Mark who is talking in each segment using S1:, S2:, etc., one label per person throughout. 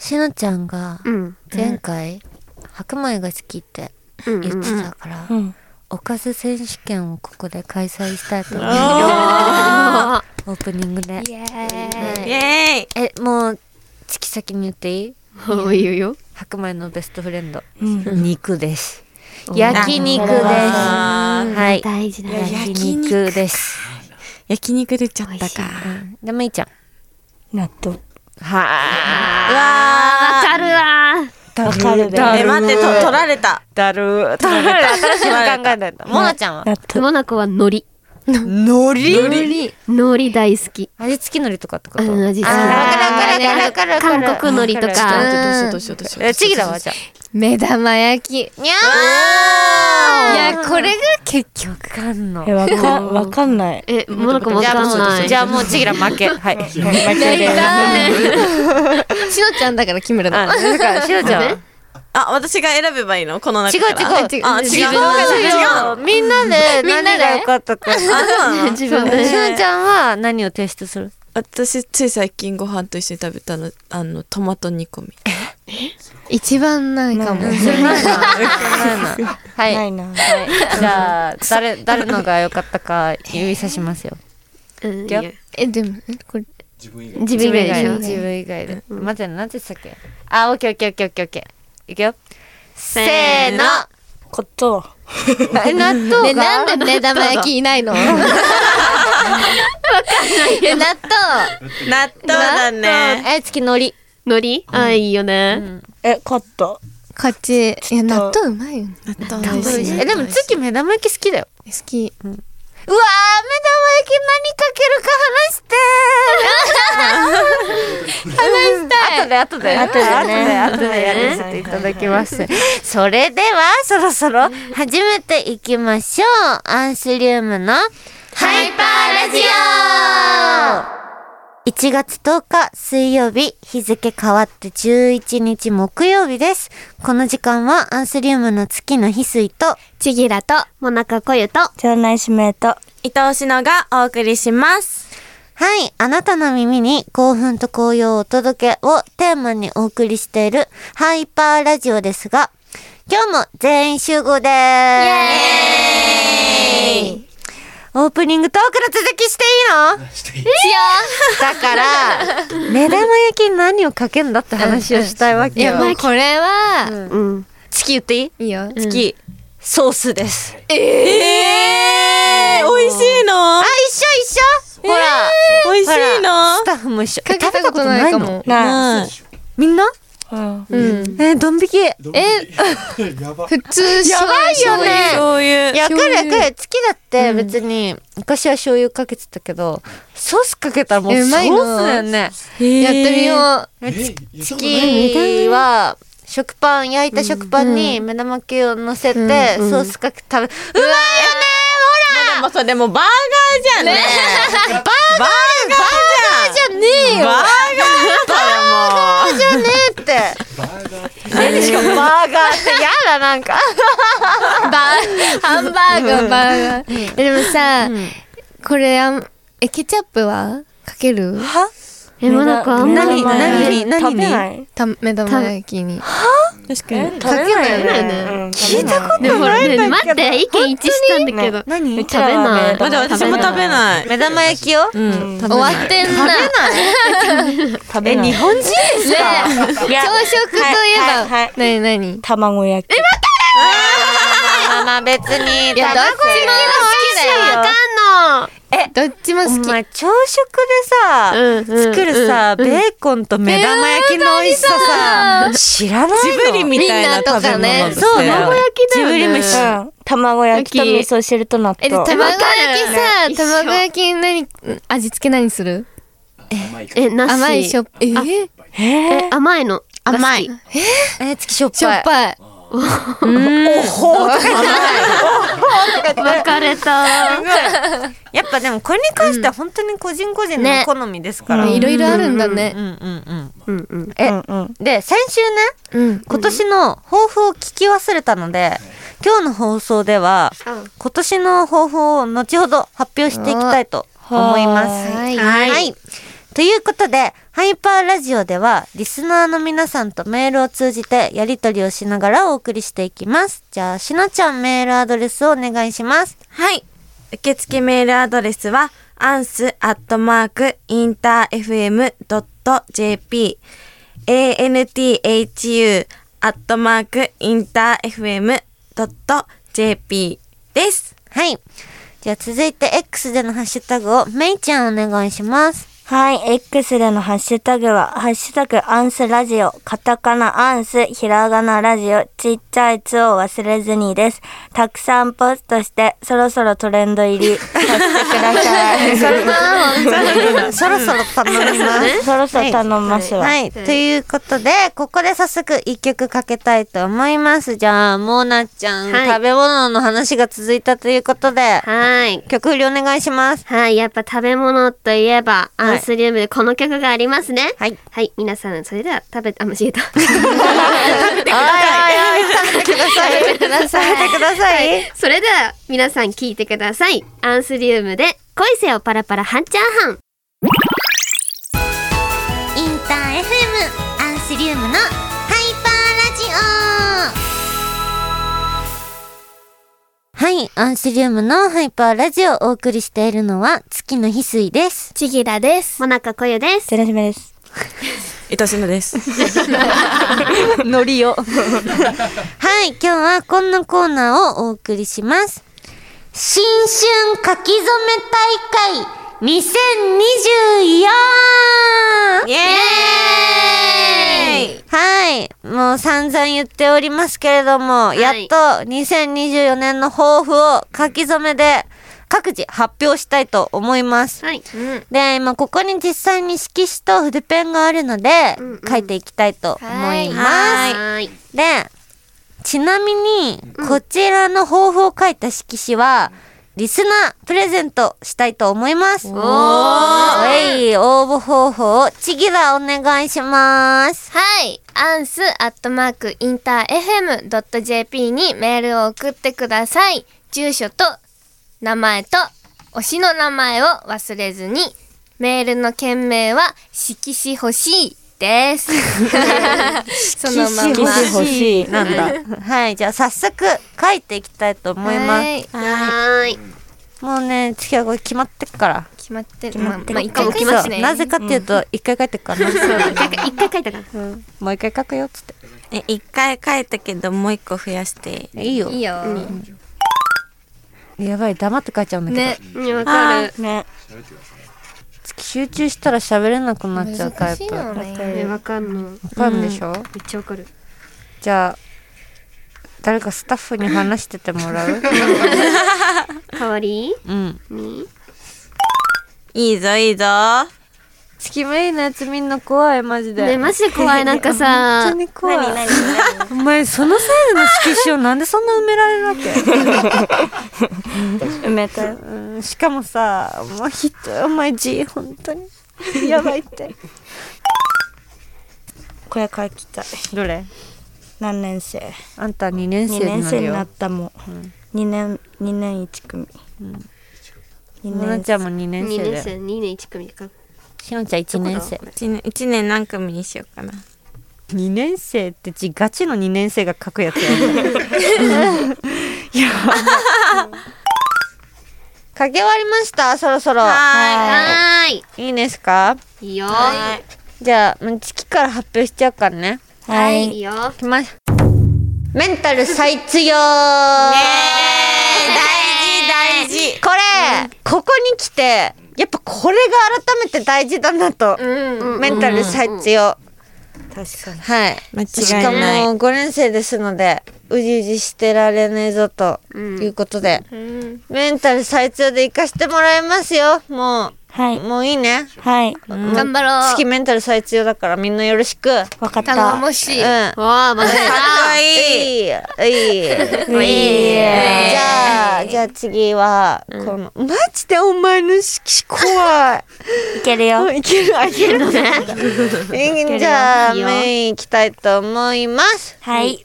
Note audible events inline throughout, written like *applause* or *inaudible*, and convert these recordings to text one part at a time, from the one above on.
S1: しのちゃんが
S2: うん。
S1: 前回、白米が好きって
S2: うん。
S1: 言ってたから、
S3: うん。
S1: おかず選手権をここで開催したいと思い *laughs*
S2: あ
S1: ますオープニングで
S2: ーイエー
S3: イエーイ
S1: えもう月先に言っていい
S2: *laughs* イ。いいよいいよ。
S1: 白米のベストフレンド、
S3: うん
S1: 肉です焼肉です
S3: うわー
S1: はい
S2: 大事だ
S3: いやいや
S2: ね。
S1: 焼
S3: 焼肉
S1: 肉です、
S3: 焼肉出ちゃった
S2: 美
S1: う
S3: か。
S1: ん、でもいいちゃん
S3: 納豆。
S1: は
S3: うわ
S2: あるわ
S3: ー。わかるだ
S1: だる
S3: ね。
S1: ー
S3: え、待って、と取られた。
S1: だるー取られた新しいの考えないとモナちゃんは
S3: 納
S2: ー。
S3: 豆。
S2: もなこは海苔。
S3: のり
S2: 苔。海苔大好き。
S1: 味付き海苔とかってこ
S2: う
S1: と
S2: ん、味付
S1: あーわ
S2: き。
S1: かるわかるわかるわかる
S2: 韓国海苔と
S1: わかるわかる
S2: か。
S4: どうしようどうしようどうしよう。
S1: え次だわじゃ
S4: 目玉焼き。
S1: あにゃー
S4: いや、これが結局。
S1: わかんの
S3: え、わかん、わかんない。
S2: え、もなこわ
S1: じゃ
S2: かん
S1: あも
S2: な
S1: う
S2: い。
S1: じゃあもうちぎら負
S2: *laughs*
S1: けはい負け
S4: 痛
S1: で *laughs*
S4: いしのちゃんだから決めるの。
S1: あだからしろちゃんは
S3: あ、私が選べばいいのこの中
S1: 違う
S3: から。
S1: 違う
S3: あ、違う。
S4: 自分
S1: 違う違うみんなで
S4: みんな
S1: 何
S4: で
S1: が良かったかし
S3: あ、そうなの
S2: 自分で。
S1: ろちゃんは何を提出する
S3: 私、つい最近ご飯と一緒に食べたの、あの、トマト煮込み。
S4: 一番ないかも。
S1: ないなないなはい
S3: な
S1: はい
S3: いな。
S1: じゃあ誰誰のが良かったか指さしますよ
S2: うんいい
S1: じゃあ
S2: よ
S4: え、でも、えこれ、
S2: 自分以外でしょ
S1: 自分以外で待って何て言ってたっけあオッケーオッケーオッケーオッケーオッケーいくよせーの
S3: こと。
S1: え納豆
S4: ね、
S1: が
S4: なんで目玉焼きいないのわかんない。え、納豆。
S3: 納豆だね。
S1: え月のり
S2: 海苔あ、いいよね。
S5: え、カット。
S4: こっち。いや、納豆うまいよね。
S3: 納豆美味しい。
S1: えでも月目玉焼き好きだよ
S4: 好き。
S1: うわー目玉焼き何かけるか話して *laughs* 話したい後で後で後で後でやらせていただきますそれではそろそろ始めていきましょうアンスリウムのハイパーラジオ1月10日水曜日、日付変わって11日木曜日です。この時間はアンスリウムの月の翡翠と、
S2: ちぎらと、もなかこゆと、
S5: 腸内指名と。
S3: 伊藤しのがお送りします。
S1: はい。あなたの耳に興奮と紅葉をお届けをテーマにお送りしているハイパーラジオですが、今日も全員集合でーす。オープニングトークの続きしていいのだから、目玉焼きに何をかけんだって話をしたいわ
S4: い
S1: けよ。
S4: や、もうこれは、
S2: うん。
S1: 月言っていい
S4: いいよ。
S1: 月、ソースです。
S3: えー、美味しいの
S1: あ、一緒一緒ほら、
S3: 美味し
S1: ほら
S3: いの
S1: スタッフも一緒。
S4: かけたことな
S1: え
S4: いか
S1: 食べた
S4: も。
S3: な
S1: みんな
S5: うん。
S4: うん。
S1: えー、ドン引き。
S6: えやば
S4: *laughs* 普通、
S1: やばいよね
S3: 醤油
S1: い。や、わかるわ
S4: 醤油
S1: かる。月だって別に、昔は醤油かけてたけど、ソースかけたらもう
S4: え
S1: ソ
S4: う
S1: ース
S4: まいな
S1: だよね。
S4: やってみよ
S3: う。
S4: う。
S6: え
S1: 月は、食パン、焼いた食パンに目玉焼きを乗せて、ソースかけたら、うまいよね
S3: でもそれもうバーガーじゃんね。
S1: ほらバー
S3: バーガーじ
S1: じゃねえ
S3: ゃん。
S1: よ
S3: バーガー
S1: じゃねえって。
S6: バーガー
S1: 何しかもバーガーって嫌だ、なんか。
S4: バー、ハンバーガー、バーガー。でもさ、これ、あんえ、ケチャップはかける
S5: は
S2: え、もなこあんま
S1: 何
S2: り
S1: 何に何に
S5: 食べない
S4: た目玉焼きに。
S3: だもん。確かに。
S5: 食べない
S2: ないね
S5: ね。聞いたこ
S2: でもほら、ね待って、意見一致したんだけど。
S1: 何
S2: 食べな
S5: うちらはね
S3: ま
S2: い。
S3: だ私も食べない。
S1: 目玉焼きを
S3: うん。
S4: 終わってんな。
S5: 食べない。
S1: 本人です
S4: ね
S5: いや
S4: 朝食とい
S5: は
S4: え
S5: いはいはい
S4: ば、なになに
S5: 卵焼き。
S1: まあまあ別に。
S4: いや、どっちも好きだよ。
S2: か
S4: どっちも好き。
S1: お前朝食でさ、
S2: うんうん
S1: 作るさ、ベーコンと目玉焼きの美味しささ、知らないの
S3: ジブリみたいな食べ物
S4: みん
S3: だ
S4: なとか
S3: ね。
S4: ね
S1: そうなの
S2: 卵焼きだよ
S1: ジブ
S2: ね
S1: リ
S5: う
S1: 飯、
S5: ん。卵焼きと味噌汁と納
S4: え、で卵
S5: 豆。
S4: 焼き
S2: 一緒
S4: さ、卵焼き何、味付け何する
S2: え、なし。
S4: 甘いしょっぱい。えー
S5: え
S2: え甘いの。
S3: 甘い。
S1: えー、月しょっ
S4: しょ
S1: ぱ
S4: っ
S1: い。
S4: ぱい。
S2: 別れた。
S1: やっぱでもこれに関しては本当に個人個人の
S4: ね
S1: 好みですから。
S4: ねいろいろあるんだ
S1: う
S4: ね。
S1: んうんうん。
S2: うんうん。
S1: え、
S5: うんうん。
S1: で、先週ね、
S4: うん。
S1: 今年の抱負を聞き忘れたので、今日の放送では、
S2: うん
S1: 今年の抱負を後ほど発表していきたいと思います。
S4: はい
S1: はい。ということで、ハイパーラジオでは、リスナーの皆さんとメールを通じて、やりとりをしながらお送りしていきます。じゃあ、しなちゃんメールアドレスをお願いします。
S7: はい。受付メールアドレスは、アンスアットマーク、インター FM.jp、anthu アットマーク、インター FM.jp です。
S1: はい。じゃあ、続いて X でのハッシュタグを、めいちゃんお願いします。
S5: はい、X でのハッシュタグは、ハッシュタグアンスラジオ、カタカナアンス、ひらがなラジオ、ちっちゃいつを忘れずにです。たくさんポストして、そろそろトレンド入り *laughs* させてくだ
S7: *laughs*
S5: さい。
S1: それな、そろそろ頼みます。
S5: そろそろ頼みますわ。
S1: はい、ということで、ここで早速一曲かけたいと思います。じゃあ、もうなっちゃん、
S2: はい
S1: 食べ物の話が続いたということで、
S2: はい。
S1: 曲振りお願いします。
S2: はい、やっぱ食べ物といえば、
S1: い
S2: アンスリウムでこの曲がありますね。
S1: はい。
S2: はい、皆さん、それでは食べて、あ、間違え *laughs* た。
S1: おいおいおい食べてください。食べてください。食べてください。
S2: それでは、皆さん聞いてください。アンスリウムで、恋せよパラパラ半チャーハン。
S1: インター FM アンスリウムのハイパーラジオはい、アンスリウムのハイパーラジオをお送りしているのは月の翡翠です。
S4: ちぎらです。
S2: もなかこゆです。
S5: 楽しみです。
S3: いたしのです。
S5: ノリよ。
S1: はい、今日はこんなコーナーをお送りします。新春書き初め大会2024イエーイはい、もう散々言っておりますけれども、
S2: い
S1: やっと2024年の抱負を書き初めで各自発表したいと思います。
S2: はい。うん。
S1: で、まあ、ここに実際に色紙と筆ペンがあるので、
S2: うんうん
S1: 書いていきたいと思います。
S2: はい。
S1: で、ちなみに、こちらの抱負を書いた色紙は、リスナープレゼントしたいと思います。おい、応募方法をちぎらお願いします。
S4: はい。アンスアットマークインター FM.jp にメールを送ってください。住所と名前と推しの名前を忘れずに。メールの件名は色紙欲しい *laughs* です。そのまま。
S5: 記事欲しい。
S1: なんだ。はい、じゃあ早速書いていきたいと思いま
S4: はい
S2: はい。
S1: す。もうね、月はこれ決まってっから。
S4: 決まってる。まあ、
S1: 決
S4: まあ、一回書きますね。
S1: なぜかっていうと、一回書いてっからな。
S2: 一回か、一回書いたから。
S1: もう一回書くよっつっ
S7: え一回書いたけど、もう一個増やして。
S1: て。いいよ
S4: い。いよ。
S1: やばい、黙って書いちゃうんだけど。
S4: ね。
S2: うん、わかる。
S5: ね。
S1: 月集中したら喋れなくなっちゃうタ
S4: 難
S1: イ
S4: し
S1: プ
S4: い。よ
S1: わ
S4: ね。
S2: ねわかんの。めっ
S1: かるでしょ、
S2: ちゃわかる。
S1: じゃあ誰かスタッフに話しててもらう
S2: 代わ
S1: *laughs*
S2: り
S1: うん
S2: に
S7: いいぞ、いいぞ。
S1: 月メイのやつみんな怖いマジで、
S2: ね、マジで怖い。なん *laughs* かさ
S1: 本当、に怖いお前そのサイズの色紙をなんでそんな埋められるわけ、
S5: 埋めたよ。
S1: うん、しかもさもうひどいお前 G 本当にやばいって
S5: これ書きたい。
S1: どれ
S5: 何年生
S1: あんた2年生
S5: ?2
S1: にな
S5: 年
S1: る
S5: 生に
S1: よ
S5: なったもん。2年、二年1組。二
S1: もな
S5: 年
S1: ちゃんも2年生
S2: 2年
S1: だよ
S2: 生、2年1組でか。
S1: しのちゃん1年生
S7: 一年一年何組にしようかな。
S1: 2年生って字ガチの2年生が書くやつやねいやもう書き終わりましたそろそろ
S7: は
S2: はーい。
S1: いいですか
S2: いいよ。
S1: じゃあ月から発表しちゃうからね
S5: はいい
S2: いよ。
S1: いきますメンタル最強
S7: 大事、大事。
S1: これここに来てやっぱこれが改めて大事だなと、メンタル最強、
S5: 確かに。
S1: はい
S7: 間
S1: し
S7: 違
S1: か
S7: いない。
S1: も5年生ですのでうじうじしてられねえぞということで、メンタル最強で行かしてもらいますよも
S5: は
S1: う
S5: い。
S1: もういいね
S5: はい。
S4: 頑張ろう。
S1: 月メンタル最強だからみんなよろしくうん
S5: わかっ
S4: 頼
S5: た。
S4: もしい。
S2: わあ、まだ
S1: かっこいいいいじゃあじゃあ次はこの、マジでお前の式怖い
S5: いけるよ。
S1: いけるあいけるねじゃあメイン行きたいと思います
S5: はい。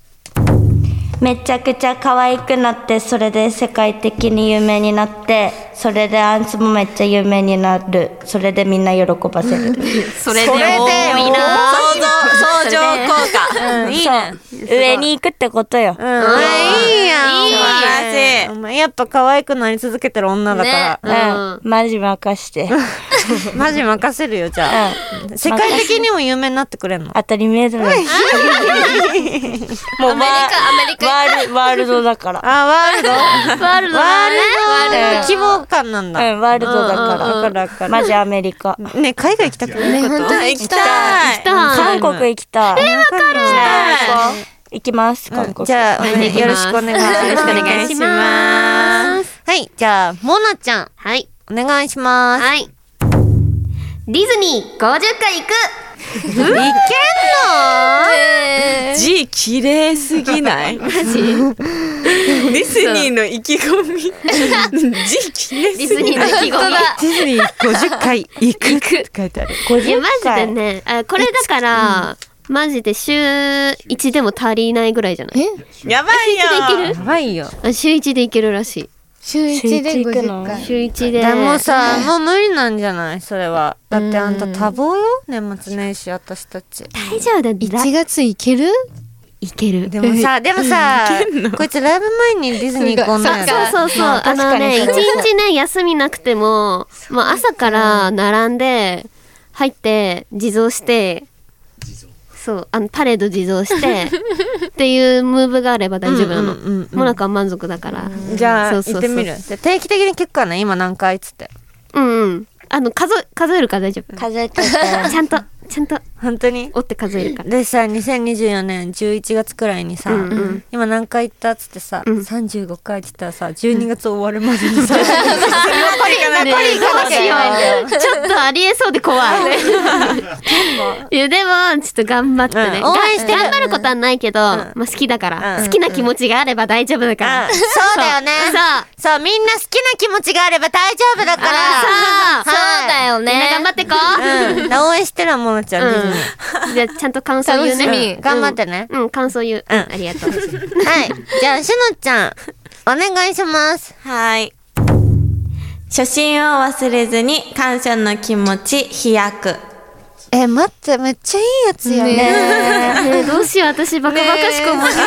S5: めちゃくちゃ可愛くなってそれで世界的に有名になってそれでアンスもめっちゃ有名になるそれでみんな喜ばせる
S2: それで
S3: それで
S2: もみんな
S3: 相乗効果。いいね。
S5: 上に行くってことよ、
S1: うん、あいいやん。
S3: 素晴らしい
S1: お前やっぱ可愛くなり続けてる女だから。
S5: うん、マジ任して
S1: *laughs* マジ任せるよ、じゃあ。世界的にも有名になってくれんの。
S5: 当たり前だろもうアメリカアメリカワールワールドだから
S1: あ、ワールド
S2: ワールド
S1: *laughs* ワ
S2: だね
S1: ールド希望感なんだ。
S5: うん、ワールドだから。
S1: うんうんうんわかるわかる
S5: マジアメリカ。
S1: ねえ海外行きたくない
S3: 本当に行きたい。
S5: 韓国行きたい。え、わかる。
S3: 行
S5: 行きます、韓国。
S1: じゃあ、お願いよろしくお願いします。。
S2: よろしくお願いします
S1: はい、じゃあ、モナちゃん、
S2: はい
S1: お願いします。
S2: はいディズニー50回行く
S1: いけん
S3: き
S1: の
S3: たい。字綺麗すぎ *laughs* ない。マジ。ディズニーの意気込 *laughs* み。字綺麗
S2: ディ
S3: す
S2: ズ
S3: ぎ
S2: ニー
S3: な
S2: の
S3: い。
S2: 意気込み
S1: ディズニー50回行くって書いてある。
S5: 50
S2: いやマジ
S5: 回
S2: でねあこれだからマジで週1でも足りないぐらいじゃない
S3: やばいよ。
S1: やばいよ。
S2: あ週1でいけるらし
S4: 週一で
S5: 週一行く
S4: 50
S5: の
S4: 回
S2: い週1で
S1: でもさ、もう無理なんじゃないそれは。だってあんた多忙よ年末年始、私たち。
S2: 大丈夫だ
S4: 1月いける
S2: いける
S1: でもさ、でもさ、こいつライブ前にディズニー行こう
S4: そ
S1: ね
S4: っ
S2: *laughs*
S4: か
S2: そうそうそう、
S5: まあ
S2: あ、のね一
S5: 確かにそう
S2: 日ね休みなくてももう朝から並んで入って自蔵してそうあのパレード自蔵して
S1: *laughs*
S2: っていうムーブがあれば大丈夫なの、
S1: うんうんうんうん
S2: モナカは満足だから、
S1: じゃあ、
S2: そうそ
S1: 行
S2: うそ
S1: っ
S2: う
S1: てみる。じゃあ定期的に聞くかな今何回っつって。
S2: うんうんあの数え数えるから大丈夫
S5: 数えてた
S2: ちゃんとちゃんと
S1: 本当に
S2: 折って数えるから
S1: でさ2024年11月くらいにさ、
S2: うんうん
S1: 今何回行ったっつってさ、
S2: うん
S1: 35回って言ったらさ12月終わるまでに
S2: *laughs*
S1: さ、
S2: ねえどうしようちょっとありえそうで怖い。いやでもちょっと頑張ってね。
S1: うん応援してる
S2: が頑張ることはないけど、まあ好きだから、
S1: うん
S2: 好きな気持ちがあれば大丈夫だから。
S1: あそうだよね
S2: そう。
S1: そうみんな好きな気持ちがあれば大丈夫だから
S2: あそう
S1: はい
S4: そうだよね
S2: みんな頑張ってこ
S1: うん、応援してるものちゃん、ディズニー
S2: う。うん。じゃあちゃんと感想言うね。
S4: 楽し
S1: み頑張ってね
S2: うん、うん感想言う。うん、ありがとう。
S1: はいじゃあしのちゃんお願いします
S7: はい。初心を忘れずに感謝の気持ち飛躍。
S1: え待ってめっちゃいいやつやね
S2: ねえどうしよう私バカバカしく思ってた。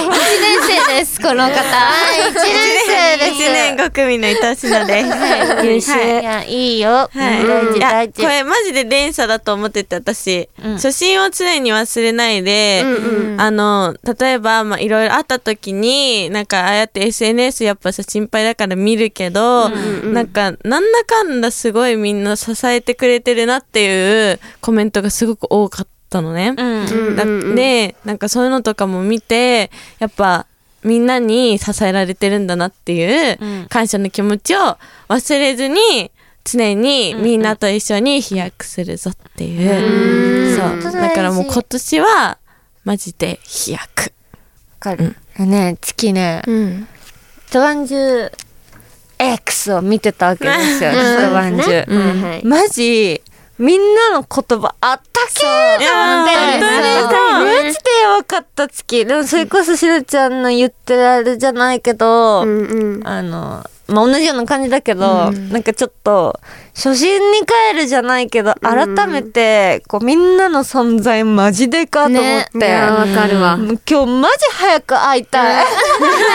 S4: 一年生ですこの方
S1: はい一年生です
S7: 一年五組のいとしのです。
S5: よ。優秀。
S1: いやいいよ、
S7: はい、
S1: 大事大
S7: いやこ
S1: 事
S7: れマジで連鎖だと思ってて私、
S1: うん
S7: 初心を常に忘れないで、
S2: うん
S7: あの例えばまあいろいろあった時になんかああやって SNS やっぱさ心配だから見るけど、なんかなんだかんだすごいみんな支えてくれてるなっていうコメントがすごく多かったのね。
S1: うん
S2: うん
S7: だ
S2: うんうん
S7: でなんかそういうのとかも見てやっぱみんなに支えられてるんだなっていう
S1: うん
S7: 感謝の気持ちを忘れずに常にみんなと一緒に飛躍するぞっていう、
S1: ん
S7: そうだからもう今年はマジで飛躍
S1: わかる、ね月ね、
S7: うん
S1: 一晩中 X を見てたわけですよ、一晩中、
S2: うんはいはい
S1: マジみんなの言葉あったけーと思って
S7: いやー本当
S1: マジでやばかった月でもそれこそしのちゃんの言ってるあれじゃないけど、
S2: うんうん。
S1: あのまあ、同じような感じだけど、なんかちょっと初心に帰るじゃないけど改めてこうみんなの存在マジでかと思って、
S2: いやわかるわ。
S1: もう今日マジ早く会いたい、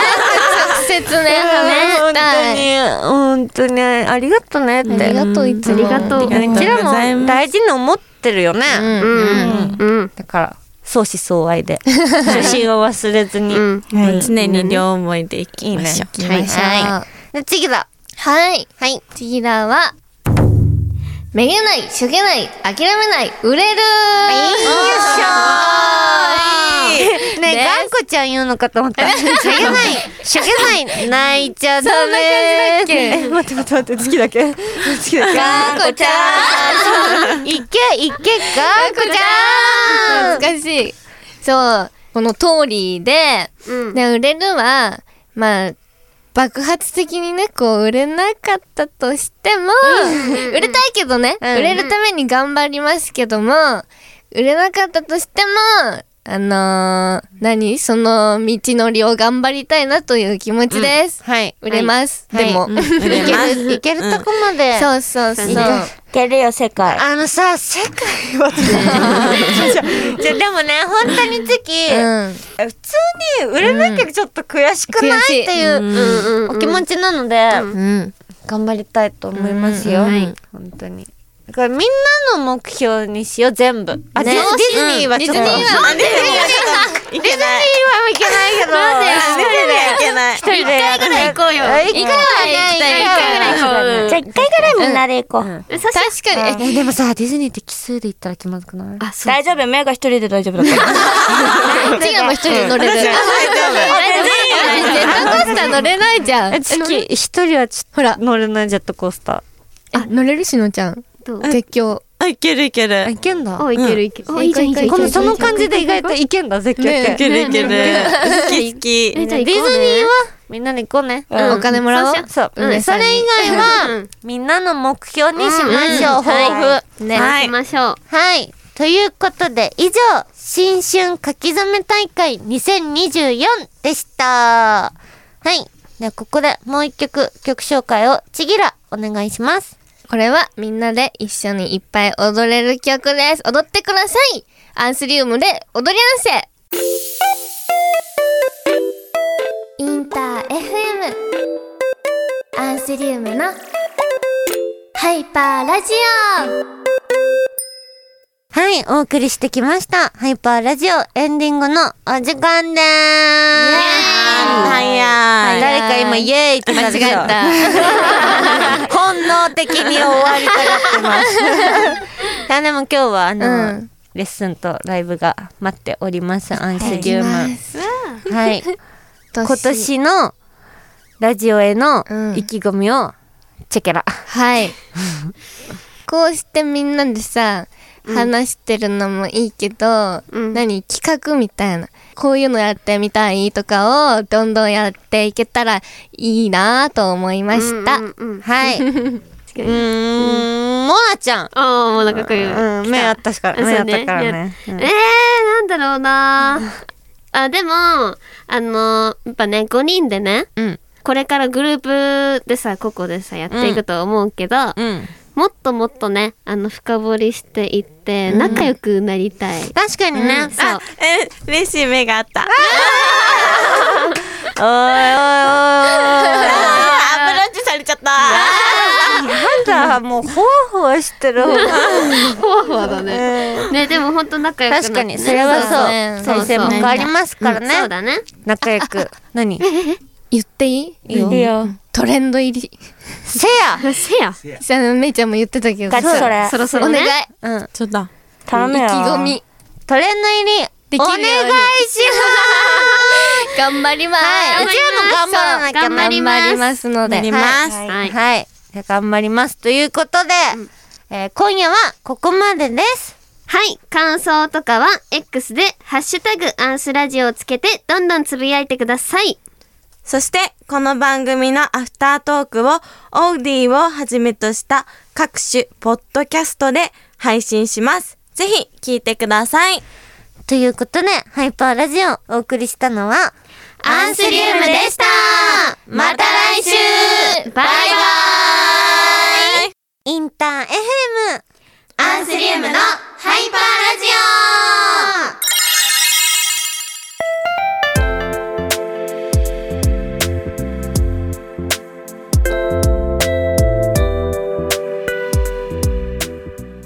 S1: *laughs* 本
S4: 直接ね話したい
S1: 当に本当にありがとねって
S4: ありがとういつも
S2: ありがとう
S1: いやうちらも大事に思ってるよね、
S4: うん
S2: うんうん
S1: だから相思相愛
S4: *laughs*
S1: で初心を忘れずに、
S2: うん。
S7: 常に両思いでいきましょう、
S1: いいねはいで次だ
S4: はい。はい。次らは、めげない、しょげない、諦めない、売れる
S1: よいしょーねえ、
S4: ね
S1: がんこちゃん言うのかと思った。し
S4: *laughs*
S1: ょげない、しょげない、泣いちゃダメ。
S4: そんな感じだっけ
S1: え *laughs* 待って待って待って、月だけ。 *laughs* 月だけ。
S4: がんこちゃん
S1: いけ、いけ、がんこちゃん
S4: 懐かしい。そう、この通りで、
S2: うん
S4: で、売れるは、まあ、爆発的にね、こう、売れなかったとしても、売れたいけどね、
S1: ん
S4: 売れるために頑張りますけども、売れなかったとしても、ああのー、何その道のりを頑張りたいなという気持ちです。
S1: *laughs* はい。
S4: 売れます。
S1: はい
S4: でも、
S1: うんいけ
S4: *laughs*
S1: る、いけるとこまで。
S4: そうそうそう。
S5: いけるよ、世界。
S1: あのさ、世界はじゃ *laughs* じゃでもね、本当に月、
S4: うん。
S1: 普通に売れなきゃちょっと悔しくな
S4: 悔し
S1: い
S4: い
S1: っていう
S2: うん
S1: お気持ちなので、
S4: うん。
S1: 頑張りたいと思いますよ、本当にだからみんなの目標にしよう全部あ、
S4: ね
S1: ディズディズニーはちょっと、
S4: ディズニーは
S1: あディズニーはいけないいけないけど
S7: いけない
S1: 一人で一回ぐらい行こうよ一回はね
S4: 一回
S1: 一回ぐらい行こ
S5: じゃあ一回ぐらいみんなで行こう。
S4: 確かに。
S1: うえでもさディズニーって奇数で行ったら気まずくないあ
S5: 大丈夫、メイが一人で大丈夫だから。
S4: 違うもん一人乗れる。ジェットコースター乗れないじゃん。
S1: 月一人はちょっと
S4: ほら、
S1: 乗れないジェットコースタ
S4: あ、乗れるしのちゃん。
S2: どう
S4: 絶叫。
S7: あいけるいける
S1: ーいけんだ
S2: おいけるいける。
S4: ん
S2: あいいじゃんいいじゃん。
S1: このその感じで意外といけんだ絶叫
S4: ね
S7: い
S1: 系
S7: けるいける好き
S2: え
S7: 好き
S2: じゃあ
S1: ディズニ
S2: 行
S1: ー
S2: こうね
S1: はみんなで行こうね
S4: お金もらおう。
S1: そう、
S4: うん
S1: ねそれ以外は、みんなの目標にしましょう、抱負、はい。
S2: ね
S7: はい
S2: 行きましょう。
S1: ということで、以上、新春書き初め大会2024でした。はい。では、ここでもう一曲、曲紹介を、ちぎら、お願いします。
S4: これはみんなで一緒にいっぱい踊れる曲です。踊ってくださいアンスリウムで踊り合わ
S8: インター FM アンスリウムのハイパーラジオ
S1: はい、お送りしてきました。ハイパーラジオエンディングのお時間でーす。
S7: 早い
S1: 誰か今イエーイって間違えた。 *laughs* 本能的に終わりたがって *laughs* ます。いやでも今日はあの、
S4: うん
S1: レッスンとライブが待っております。アンスリウム。はい。
S4: せ
S1: 今年のラジオへの
S4: うん
S1: 意気込みをチェケラ。
S4: はい。 *laughs* こうしてみんなでさ、話してるのもいいけど、
S2: ん
S4: 何企画みたいな。こういうのやってみたいとかをどんどんやっていけたらいいなと思いました。
S2: うんうんうん。
S1: *laughs* はい。うーん、モナちゃん。
S2: ああもうなんかこういう。
S1: うん、目あったしか、
S2: そう
S1: 目あったからね。
S2: えー、なんだろうなあ、でも、あのやっぱね、5人でね、
S1: うん
S2: これからグループでさ、個々でさ、やっていくと思うけど、
S1: うん。
S2: もっともっとね、あの、深掘りしていって、仲良くなりたい。
S1: 確かにね。
S2: そう。
S7: え嬉しい目があった
S1: おいおいおいおい
S7: アプローチされちゃった
S1: なんだもうほわほわして *laughs* る
S2: ふわふわだね。ね、でも本当仲良くな
S1: 確かにそれはそう
S4: ね
S1: 再生も変わりますからね
S2: そう
S1: *laughs*
S2: だね。
S1: 仲良く何い
S4: 言っていい
S1: いよ
S4: トレンド入り。
S1: せ
S2: せや。
S4: さあ、めいちゃんも言ってたけど。
S5: ガチそれ
S2: そ。ろそ
S4: お
S2: ろね
S4: 願。い。
S1: やうん
S7: ちょっと
S5: 頼むよ。
S4: 意気込み。
S1: トレンド入り
S4: で
S1: お
S4: きるように
S1: 願いし
S4: 頑張ります。
S1: はい
S2: 頑張ります
S1: うちらも頑張らなきゃ
S2: そう頑張り
S4: 頑張り
S2: ま。
S4: ますすの
S1: ます
S4: で。
S1: ります
S5: はい
S2: はい。
S1: はいじゃあ頑張りますということでえー今夜はここまでです
S2: はい。感想とかは、X で、ハッシュタグ、アンスラジオをつけて、どんどんつぶやいてください。
S7: そして、この番組のアフタートークを、オーディをはじめとした各種ポッドキャストで配信します。ぜひ、聞いてください。
S1: ということでハイパーラジオお送りしたのはアンスリウムでしたまた来週
S2: バイバ
S1: インター FM
S8: アンスリウムのハイパーラジオ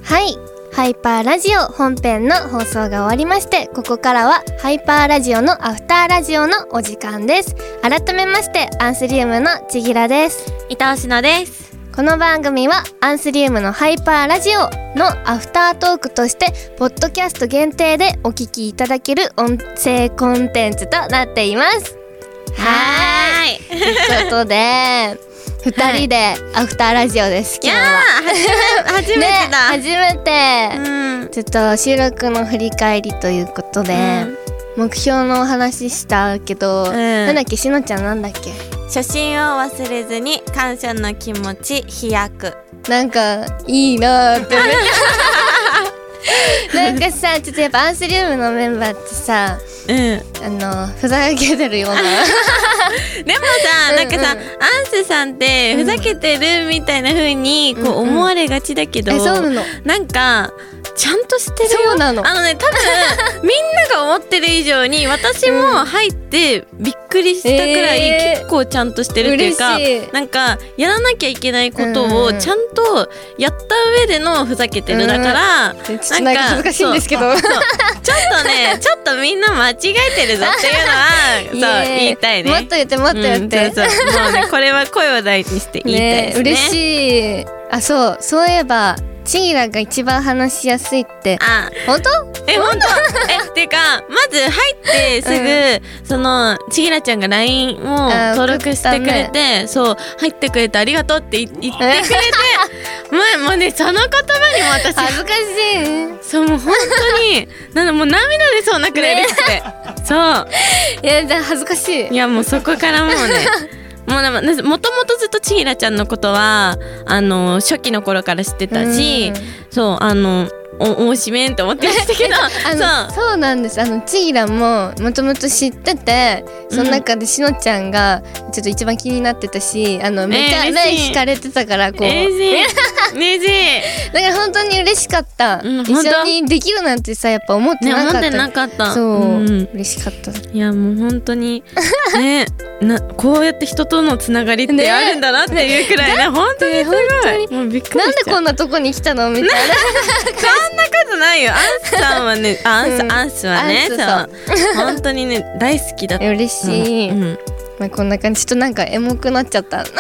S4: はい。ハイパーラジオ本編の放送が終わりまして、ここからはハイパーラジオのアフターラジオのお時間です。改めまして、アンスリウムのちぎらです。
S7: 伊藤しのです。
S4: この番組はアンスリウムのハイパーラジオのアフタートークとして、ポッドキャスト限定でお聞きいただける音声コンテンツとなっています。
S7: はい。
S4: ということで、二人でアフターラジオです。今日は
S7: 初
S4: ね
S7: めてだ。
S4: 初めて。
S7: うん。
S4: ちょっと収録の振り返りということで、目標のお話ししたけど、なんだっけしのちゃんなんだっけ
S7: 初心を忘れずに、感謝の気持ち、飛躍。 *laughs*
S4: なんかいいなーってなんかさちょっとやっぱアンスリウムのメンバーってさ
S7: うん
S4: あのふざけてる
S7: *laughs*
S4: ような
S7: でもさ、なんかさ、アンスさんってふざけてるみたいな風にこう思われがちだけど、
S4: えそうなの
S7: なんかちゃんとしてるよ
S4: そうなの
S7: あのね多分みんなが思ってる以上に私も入ってびっくりしたくら
S4: え
S7: い
S4: ー
S7: 結構ちゃんとしてるっていうか、
S4: 嬉しい
S7: なんかやらなきゃいけないこと
S4: う
S7: を
S4: ん
S7: ちゃんとやった上でのふざけてるだから、
S4: ちょっとなんか恥ずかしいんですけど
S7: そうちょっとね、ちょっとみんな間違えてるぞっていう
S4: *laughs*
S7: のは、そう、
S4: え
S7: 言いたいね。
S4: もっと言ってもっと言って、
S7: うんそうそうもうね、これは声を大にして言いたい
S4: ね
S7: ですね。
S4: 嬉しいあそうそういえばチギラが一番話しやすいって
S7: あ、
S4: 本当
S7: え、
S4: *laughs*
S7: 本当え、てか、まず入ってすぐ、その、ちぎらちゃんが LINE を
S4: あ
S7: 登録してくれ、
S4: 送って
S7: そう、入ってくれてありがとうっ
S4: *laughs*
S7: て言言ってくれて、もう、もうね、その言葉にも私、
S4: 恥ずかしい
S7: そう、もう本当に、なんだ、もう涙出そうなくらい嬉しくて。そう。
S4: いやだ恥ずかしい
S7: いやもうそこからもうね
S4: *laughs*
S7: もうでもなもともとずっとちひらちゃんのことはあの初期の頃から知ってたし
S4: うん
S7: そうあのおおしめんって思ってましたけど
S4: *laughs* あの
S7: そう
S4: そうなんですあのちぎらももともと知っててその中でしのちゃんがちょっと一番気になってたしあのめっちゃ
S7: えー嬉し
S4: 目
S7: い
S4: 引かれてたからこう、
S7: ねじ *laughs* ねじ
S4: だから本当に嬉しかった、
S7: うん
S4: 一
S7: 本当
S4: 緒にできるなんてさやっぱ思って
S7: ね
S4: な
S7: 思
S4: か
S7: っ
S4: った
S7: てなかった
S4: そう、
S7: ん
S4: 嬉しかった
S7: いやもう本当にね *laughs* なこうやって人とのつながりって
S4: ね
S7: あるんだなっていうく
S4: *laughs*
S7: らいね本当にすごいもうびっくり
S4: なんで
S7: しちゃ
S4: こ
S7: うん
S4: なとこに来たのみたいな
S7: そんなことないよアンスさんはねあアンス、
S4: うん
S7: アンスはね
S4: アンス
S7: そ
S4: さ
S7: う本当にね大好きだった
S4: 嬉しい、
S7: うんうん
S4: まあ、こんな感じちょっとなんかエモくなっちゃった *laughs*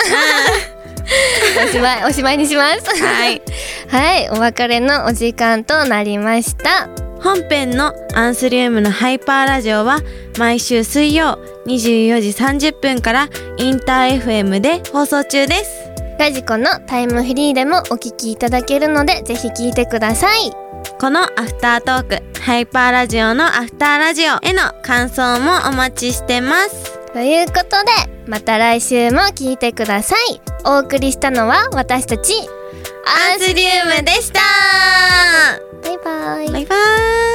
S4: おしまいおしまいにしますはい *laughs* はいお別れのお時間となりました
S7: 本編のアンスリウムのハイパーラジオは毎週水曜24時30分からインター FM で放送中です
S4: ラジコのタイムフリーでもお聞きいただけるのでぜひ聞いてください
S7: このアフタートークハイパーラジオのアフターラジオへの感想もお待ちしてます
S4: ということでまた来週も聞いてくださいお送りしたのは私たち
S7: アンスリウムでした
S4: バイバイ
S7: バイバーイ